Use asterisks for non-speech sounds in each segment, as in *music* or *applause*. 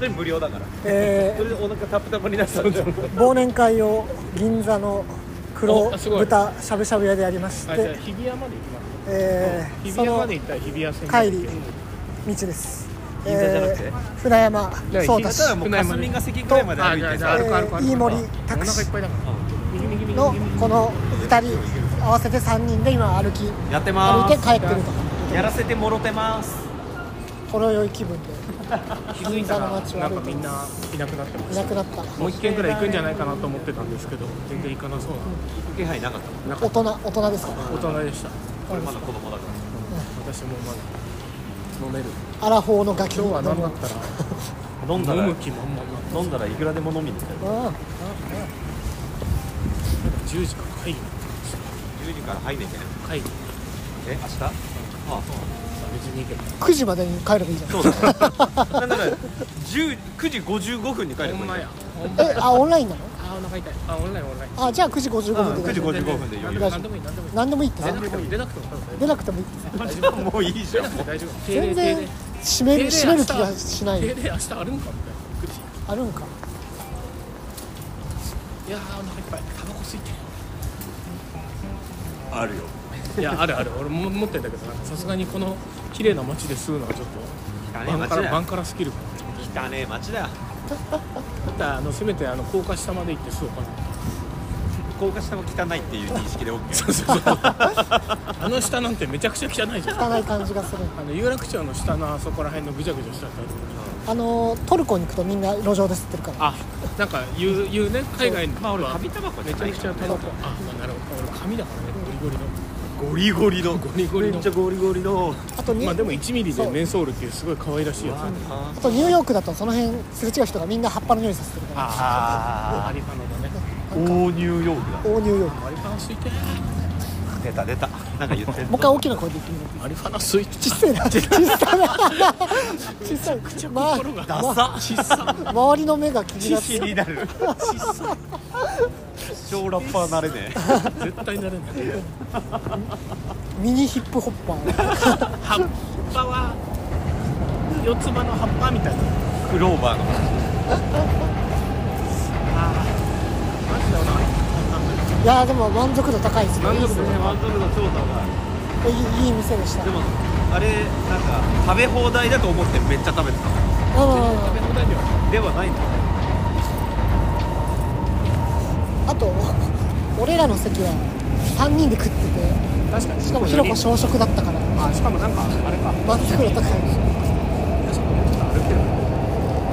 然無料だからえそれでお腹タプタプになったんだよー忘年会を銀座の黒おすごい豚しゃぶしゃぶ屋でやりましあじゃあて、日比谷まで行きますえー日比そ谷のまで道行ったら日比谷線帰りです、銀座じゃなくて船山や壮太銀氏ただもう霞が関ぐらいまで歩いてあさじゃあ飯森拓司お腹いっぱいだから右右右の右右この2人合わせて3人で今歩きやって歩まいてー帰ってるとすやらせてもろてますほろ酔い気分で気づいたら銀座の街をなん歩いかてみんないなくなってまいしなたくなったもう一軒ぐらい行くんじゃないかなと思ってたんですけど全然行かなそうな行く気配なかったもんなか大っ人大人ですかた大人でしたこれまだ子供だから私もまだ飲めるアラフォーのガキ今日はど何んだどっん飲んだたらら飲む気もあんまな飲んだらいくらでも飲みに行ったようん10時から会議10時から入んねえけん会議え明日ああ別に行けば9時までに帰ればいいじゃんそうそうだなんなら10 9時55分に帰ればいいほんんまだよやほんまえやあオンラインなのあお腹痛いあオンラインオンラインあじゃあ9時55分で9時55分で余裕大丈夫何でもいい何でも何でもいいいいって出なくても出なくて出なくてももいいってもういいじゃんもう大丈夫定全例定然例閉める閉める気がしな定い例明日あるんかみたいなびっくりしあるんかたいやーお腹いっぱいタバコ吸いてあるよるいやあるある俺も持ってんだけどなんかさすがにこの綺麗な街で吸うのはちょっと汚ねえバン街カだラバよンカラスキルかな汚ねえ街だよだったらあのせめてあの高架下まで行って吸おうかな *laughs* 高架下も汚いっていう認識で OK そうそうそうあの下なんてめちゃくちゃ汚いじゃん汚い感じがするあの有楽町の下のあそこら辺のぐちゃぐちゃしたやつあのートルコに行くとみんな路上で吸ってるからあなんか言う言うね海外のまあ俺は紙タバコじめゃちなゃいくちゃタバコあ、まあ、なるほど俺紙だからねゴリゴリゴのリゴリのゴリゴめリっのちゃゴリゴリのあとにまああでも1ミリでメンソールっていうすごい可愛らしいやつあとニューヨークだとその辺すれ違う人がみんな葉っぱの匂いさせてるからああアリパノだねオーニューヨークだ大ニューヨークアリパノ吸いて出た出たなんか言ってんもう一回大きな声で言ってみるーアリパノ吸いてちっさいなちっさいなちっさいま心がダサちっさ周りの目が気にシなってシになる小ラッパーなれねえ絶対なれないミニヒップホッパー葉っぱは四つ葉の葉っぱみたいなクローバーのあーマジだいやーでも満足度高いですね満足度いいね満足度超高いいいい店でしたでもあれなんか食べ放題だと思ってめっちゃ食べてたうんな食べ放題にはではないのあと俺らの席は3人で食ってて確かにしかも広子小食だったからあしかもなんかあれか満足度高いし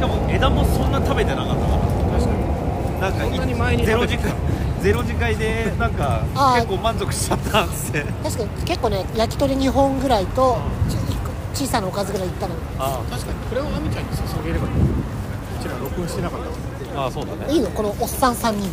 かも枝もそんな食べてなかったか確かにらなんかそんなに前にゼ食ロべ次てた回ゼロ次回でなんかあー結構満足しちゃったっつって確かに結構ね焼き鳥2本ぐらいとち一個小さなおかずぐらいいったのあ確かにこれを亜美ちゃんに注げればいいこちら録音してなかったあそうだねいいのこのおっさん3人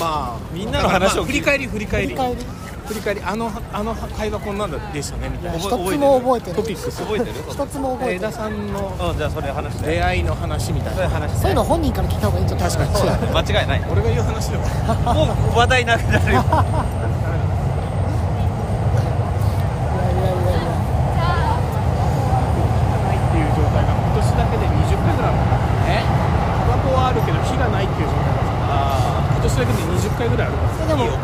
まあみんなの話を振聞いりて返り振り返振りり返りい振り返りあのあの会話こんなんだでしたねみたいやな一覚えつも覚えてなトいピックス覚えてる一つも覚え江てない田さんのうんじゃあそれ話して恋愛の話みたいそれな話しそうていうの本人から聞いた方がいいんじゃない確かにそうだね間違いない俺が言う話でももう話題なくなるよいやいやいやいやないっていう状態が今年だけで20回ぐらいあるえタバコはあるけど火がないっていう状態があ今年だけで20回ぐらいあるかそれでいいもよ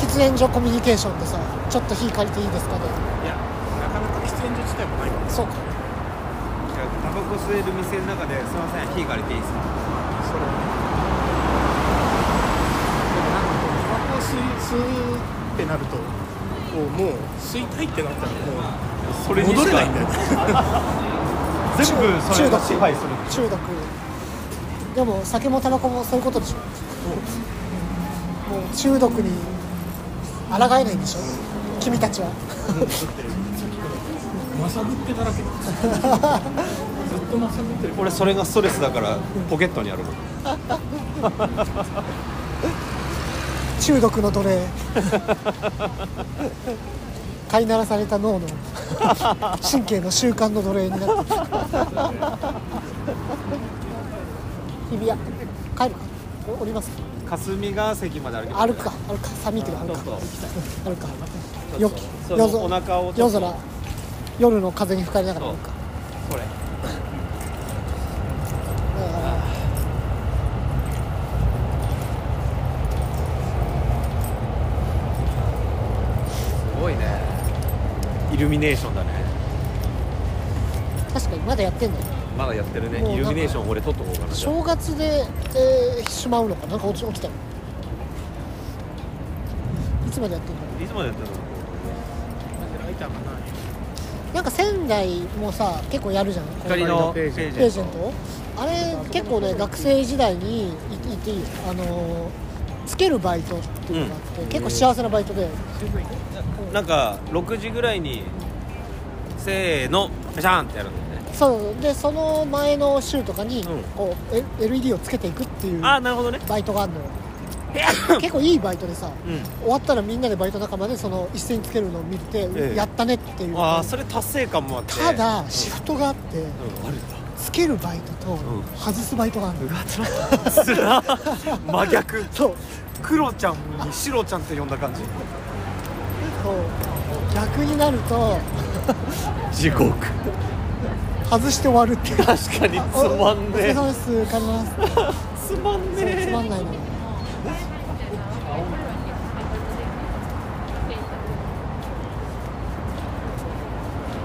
喫煙所コミュニケーションってさちょっと火借りていいですかねらいやなかなか喫煙所自体もないからそうかタバコ吸える店の中ですいません火借りていいですかそれでもなんかこうタバコを吸い吸うってなるとこうもう吸いたいってなったらもうそ戻れないんだよね全部それが支配する中毒でも酒もタバコもそういうことでしょもう中毒に抗えないんでしょ君たちはまさぐってだらけずっとまさぐってる俺それがストレスだからポケットにあるもん中毒の奴隷飼いならされた脳の神経の習慣の奴隷になってる日比谷帰るかお降りますか霞ヶ関まで歩きま歩くか歩くか寒いけど歩ちょくっかと歩くかそうよきそう夜空お腹をちょ夜っと空夜の風に吹かれながら歩くかこれごいねイルミネーションだね確かにまだやってんだよねまだやってるねもうなんかイルミネーション俺撮っとこうかなじゃあ正月で、えーしまうのかなんか落ち落ちたよいつまでやってるのいつまでやってるのライターがないなんか仙台もさ結構やるじゃん光のペペーージジェェンントトあれ結構ね学生時代にいいていいあのーつけるバイトっていうのがあって、結構幸せなバイトでなんか6時ぐらいにせーのペシャンってやるんだよねそうでその前の週とかにうんこう、え LED をつけていくっていうああバなるほどねイトがあ *laughs* るのよ結構いいバイトでさうん終わったらみんなでバイト仲間でその一斉につけるのを見て、ええやったねっていうああそれ達成感もあってただシフトがあって、うんあるんだつけるバイトとん外すバイトがあるの、つら真逆そう黒ちゃんに白ちゃんって呼んだ感じこう逆になると地獄外して終わるっていう確かに *laughs* つまんお疲れね様です帰りますえ *laughs* つまんそうつねまんないの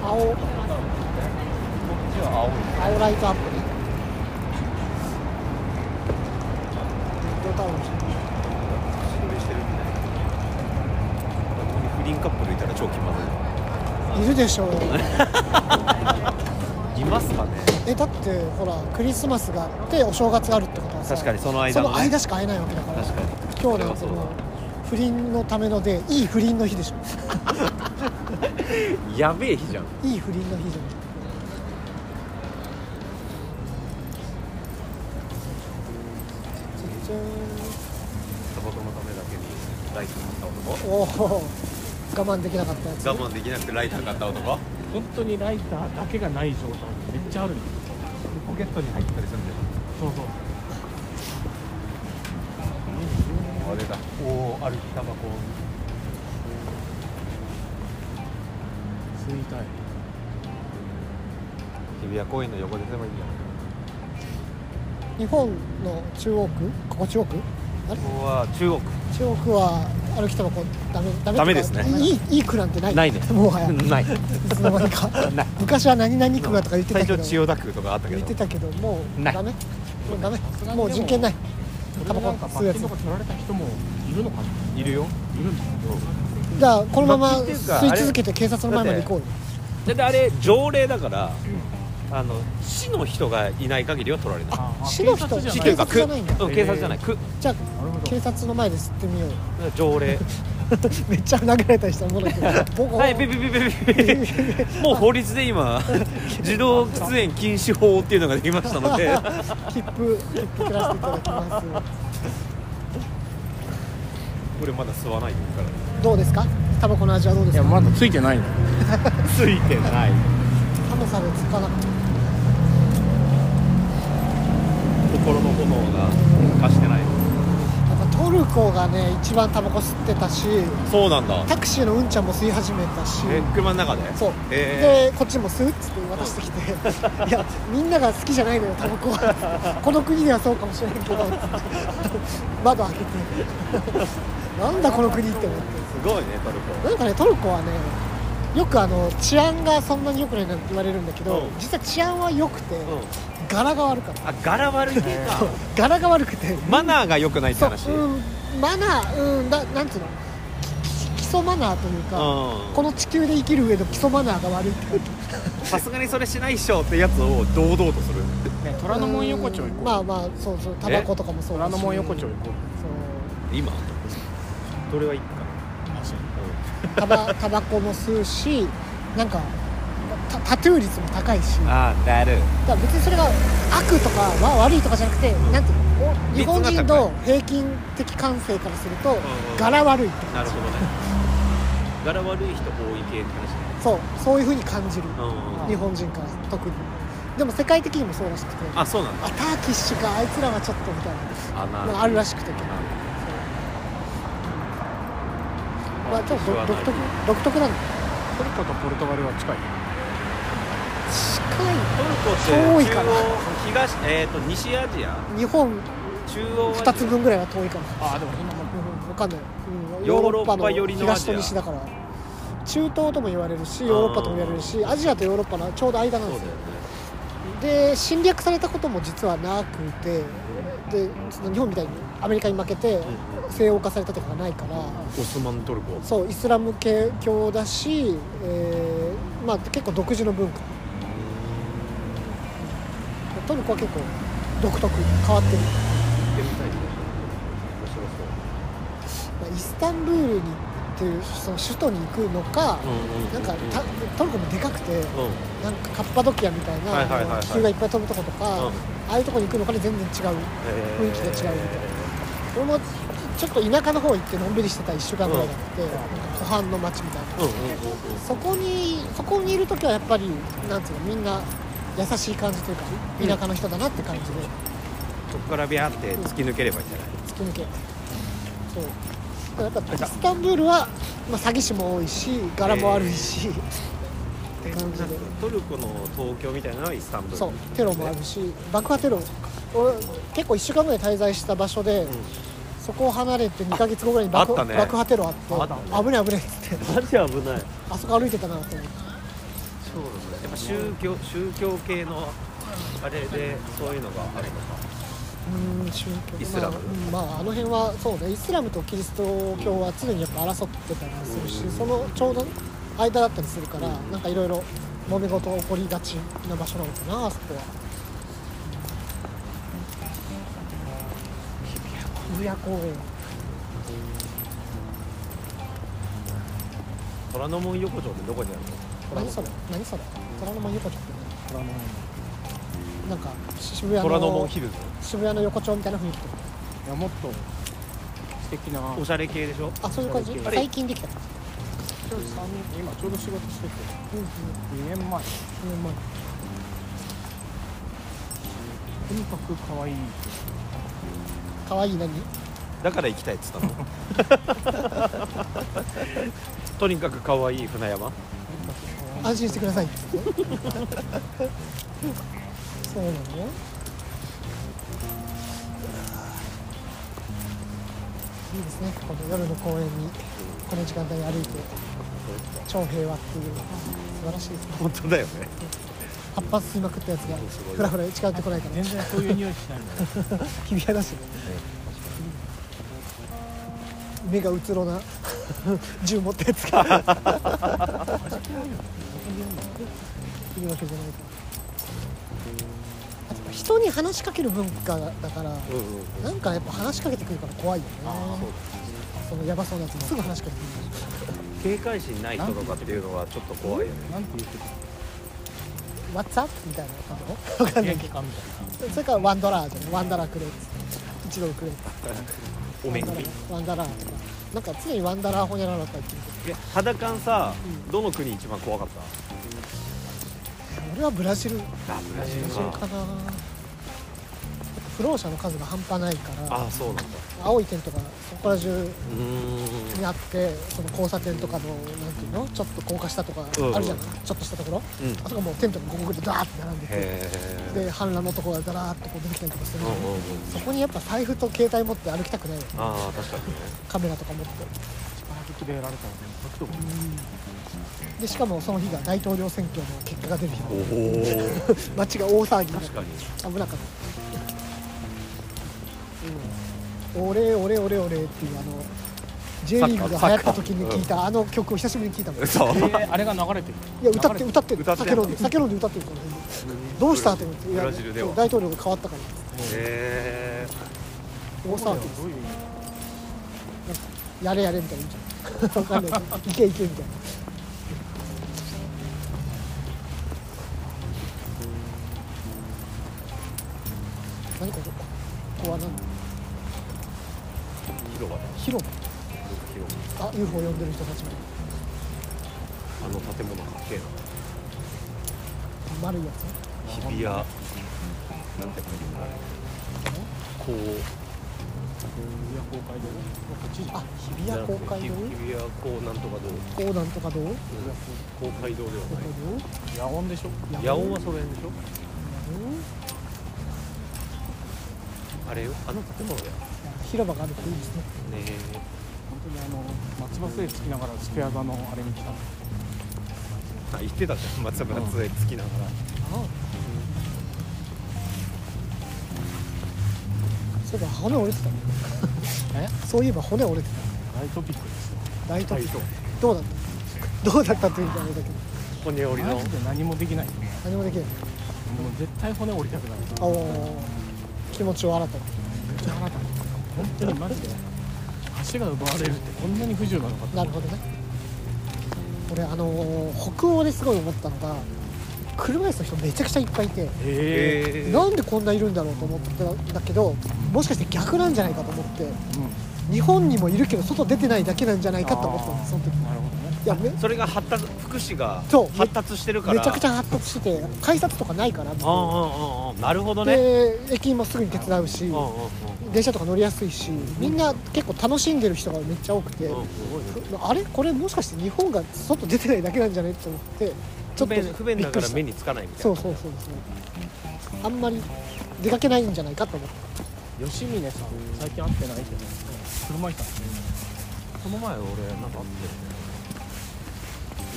青青ライトアップねドタウンえしてるみたいここに不倫カップルいたら超気まずいる *laughs* でしょういいますかねえだってほらクリスマスがあってお正月があるってことはさ確かにその間そのねの間しか会えないわけだから確かに今日なんてもう不倫のためのでいい不倫の日でしょやべえ日じゃんいい不倫の日じゃんじゃじゃタバコのためだけにライター買ったーんおお我慢できなかったやつ男我慢できなくてライター買った男本当にライターだけがない状態めっちゃあるんですよポケットに入ったりするんだよそうそうあれだおお歩きタバコ吸いたい日比谷公園の横ででもいいんじゃない日本の中央区ここ中央区あれここは中国中央区は歩きタバコダメダメとかダメですねいいいい区なんてないないねもはや *laughs* ないいつの間にか *laughs* ない昔は何々区がとか言ってた最けど初千代田区とかあったけ言どってたけどもうないダメもうダメもう人権ないタバコ吸うやつか取られた人もいるのかないるよいるんだじゃあこのまままあっていうか吸い続けて警察の前まで行こうよだってあれ条例だから、あの市の人がいない限りは取られない市の人市あというか区警察じゃないんだうん警察じゃない区じゃるほあど警察の前で吸ってみようよ条例めっちゃ殴られた人はもろいけどボコはい *laughs* ビビビビビビ *laughs* もう法律で *laughs* 今自動喫煙禁止法っていうのができましたの *laughs* で切符切符切らせていただきます俺まだ吸わないからどうですかタバコの味はどうでいすやかまだついてないのついてない寒さでつかなくて心の炎が貸してないやっぱトルコがね一番タバコ吸ってたしそうなんだタクシーのうんちゃんも吸い始めたしえ車の中でそう、えでこっちも吸うっつって渡してきて *laughs* 「いやみんなが好きじゃないのよタバコはこの国ではそうかもしれないけど」窓開けてなんだこの国って思っーてすごいねトルコなんかねトルコはねよくあの治安がそんなに良くないなんて言われるんだけど、うん実は治安は良くて、うん柄が悪かったあ柄悪い系か柄が悪くてマナーが良くないってそう話、うん、マナー、うん、ななんつうのきき基礎マナーというか、うんこの地球で生きる上の基礎マナーが悪いって感じさすがにそれしないっしょってやつを堂々とするね虎ノ門横丁行こうまあまあそうそうタバコとかもそう虎だしノ門横丁行こそう今どれはいいかな、タバタバコも吸うしなんかタタトゥー率も高いしだかああだるら別にそれが悪とかわ悪いとかじゃなくて、なんていうのお日本人の平均的感性からすると、ん柄悪いってなるほどね *laughs* 柄悪い人多い系って話そうそういうふうに感じる、うん日本人から特にでも世界的にもそうらしくてああそうなんだターキッシュかあいつらはちょっとみたいあななのがあるらしくてまあちょっと独特独特なんだうトルコとポルトガルは近い近トルコって遠い中かな央東えっ、と西アジアい日本中央アジア2つ分ぐらいは遠いかもああでもそんなもんうん、わかんない、うん、ヨーロッパ寄りのアジア東と西だから中東とも言われるしヨーロッパとも言われるしアジアとヨーロッパのちょうど間なんですよで侵略されたことも実はなくてでその日本みたいにアメリカに負けて西欧化されたとかがないからオスマントルコそうイスラム系教だし、えーまあ、結構独自の文化トルコは結構独特変わってる、行ってみたいね面白まあ、イスタンブールにっていうその首都に行くのか、そううんうんなんかうんたトルコもでかくうて、んなんかカッパドキアみたいな、はいはいはいはい気球がいっぱい飛ぶとことか、うんああいうとこに行くのかで全然違う雰囲気が違うみたいな、俺もちょっと田舎の方行ってのんびりしてた1週間ぐらいだって、なんか湖畔の街みたいなうんうんそこにそこにいる時はやっぱりなんつうのみんな優しい感じというか田舎の人だなって感じでそこからビャーって突き抜ければいいんじゃない突き抜け、そうだからやっぱイスタンブールは、まあ、詐欺師も多いし柄も悪いし、って感じでトルコの東京みたいなのはイスタンブールそうテロもあるし爆破テロ俺結構1週間ぐらい滞在した場所で、そこを離れて2ヶ月後ぐらいに爆,、あったね爆破テロあっあったて危ない危ないっつってマジ危ないそうだねあそこ歩いてたなと思ってやっぱ宗教宗教系のあれでそういうのがあるのかうん宗教イスラムまあうんまあ、あの辺はそうねイスラムとキリスト教は常にやっぱ争ってたりするし、そのちょうど間だったりするから、なんかいろいろ揉め事が起こりがちな場所なのかなあそこは日比谷公園虎ノ門横丁ってどこにあるの何それ何それ虎ノ門横丁って何なんか渋谷虎ノ門のヒルズ渋谷の横丁みたいな雰囲気とかいやもっと素敵なおしゃれ系でしょあそういう感じあれ最近できた今ちょうど仕事しててうんうん2うん年前まあとにかく可愛い可愛い何だから行きたいっつったの *laughs* とにかく可愛い船山安心してくださいっつってそうなのいいですねこの夜の公園にこの時間帯に歩いて超平和っていう素晴らしいですね本当だよね葉っぱ吸いまくったやつがふらふら近寄ってこないから全然そういう匂いしないんだよ日比谷だしね目がうつろな銃持ったやつがいるわけじゃないからあと人に話しかける文化だからうんうんうんなんかやっぱ話しかけてくるから怖いよねそのヤバそうなやつもすぐ話しかけ警てく戒心ない人とかっていうのはちょっと怖いよねなんて言ってたる「What's up?」みたいな感じわかんない元け気かみたいどそれから「ワンドラー」じゃん「ワンダラーくれ」っつって一度くれ」ってお面食いワンダラーとかなんか常にワンダラーホニャララとか言ってえる肌感さうどの国一番怖かったけど俺はブラジルブあブラジラジルかな不老者の数が半端ないからあそうなんだ青い点とかそこら中うーんにあってその交差点とかのなんていうのちょっと高架下とかあるじゃない、ちょっとしたところ、うんあそこもうテントがゴクゴクでダーって並んでてへえで氾濫のとこがダラーっとこう出てきたりとかすうるんじゃんうんうんそこにやっぱ財布と携帯持って歩きたくないよねああ確かにねカメラとか持ってな力でやられたら全部書くと思うでしかもその日が大統領選挙の結果が出る日なのおお街が大騒ぎになる確かに危なかった、うん、俺俺俺俺っていうあの J リーグが流行った時に聞いたあの曲を久しぶりに聞いたもんい嘘えーあれが流れてるや歌って流れ歌ってる歌ってん酒の飲んで酒飲んで歌ってるからどうしたって思っていやブラジルではそう大統領が変わったからへえ大ど騒うぎですいう意味やれやれみたいな言うじゃんわかんないけどいけいけみたいな何ここここは何広場だ広広場あ UFO 呼んでる人たちも場あの建物かっけえな丸いやつね日比谷なんて書いてあるこういや公開でなんか知事あ日比谷公会堂日比谷こうなんとかどう公団とかどうこ公会堂ではこ野音でしょどうない野音はそれでしょどあれよあの建物だよねう広場があるといいですねえにあの松葉杖つきながらスペア座のあれに来たあ言ってたじゃん松坂杖つきながらそういえば骨折れてたねえそういえば骨折れて大トピックですよた大トピックどうだった *laughs* どうだったって言うとあれだけど骨折りマのジで何もできないよね何もできないもう絶対骨折りたくなるあお気持ちを新たに本当にマジで足が奪われるってこんなに不自由なのかってなるほどね俺あのー北欧ですごい思ったのが車椅子の人めちゃくちゃいっぱいいて、へええーなんでこんないるんだろうと思ったんだけどもしかして逆なんじゃないかと思ってうん日本にもいるけど外出てないだけなんじゃないかと思ったあのーその時なるほどねいやめそれが発達福祉がそうめ発達してるからめちゃくちゃ発達してて改札とかないからうんうんうんうんなるほどねで駅員もすぐに手伝うしうんうんうん電車とか乗りやすいしみんな結構楽しんでる人がめっちゃ多くて、うんすごいねあれこれもしかして日本が外出てないだけなんじゃないと思ってちょ不っと便不便だから目ににつかないみたいなそうそうそうそうあんまり出かけないんじゃないかと思って吉峰さん最近会ってないけど車いたんですねこの前俺なんかあって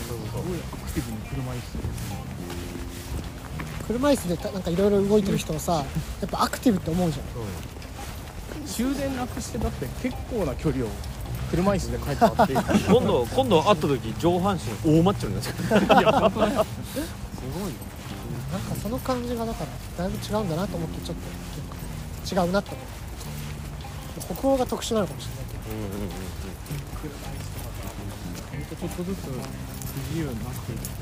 そういうこすごいアクティブに車椅車椅子でたなんかいろいろ動いてる人をさやっぱアクティブって思うじゃんと子終電なくしてだって結構な距離を車椅子で帰ったっていう *laughs* 今度今度会った時上半身大マッチョになっちゃういや本当ねすごいよ *laughs* なんかその感じがだからだいぶ違うんだなと思ってちょっとなんか違うなと思って北欧が特殊なのかもしれないけどうんうんうん車椅子とかさほんとちょっとずつ不自由になっていくって感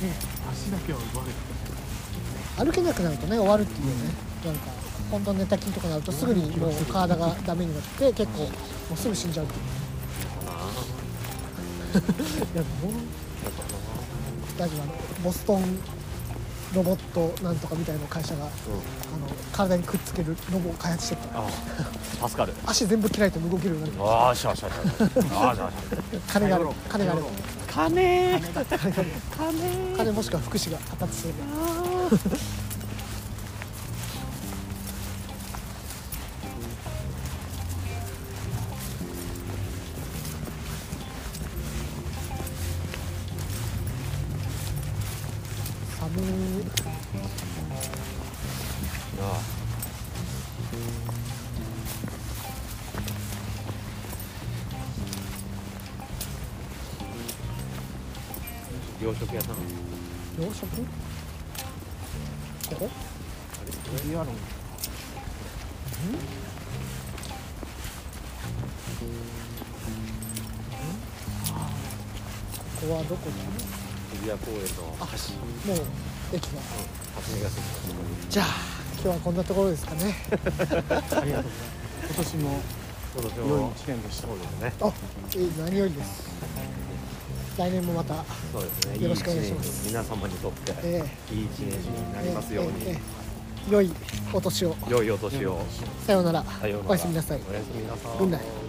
じる足だけは奪われて歩けなくなるとね終わるっていうね、なんか本当寝たきりとかになるとすぐにもう体がダメになって結構もうすぐ死んじゃうっていういやもう大丈夫あのボストンロボットなんとかみたいな会社があの体にくっつけるロボを開発してたああ助かる足全部切られても動けるようになるああしゃしゃしゃあーしゃしゃ金がある頼ろう金がある頼ろ金金金もしくは福祉が発達する寒いああ洋食屋さん養殖ここリアルにここはどこだ日比谷公園のあもう駅が初めがすじゃあ今日はこんなところですか *laughs* ねありがとうございます今年も今年良いも一年でしたそうですねあえ何よりです来年もまたそうですねよろしくお願いし一ま年にす皆様にとってえいい一年にーなりますようえーえにー良いお年を良いお年をさようならさようならおやすみなさいおやすみなさいぐんない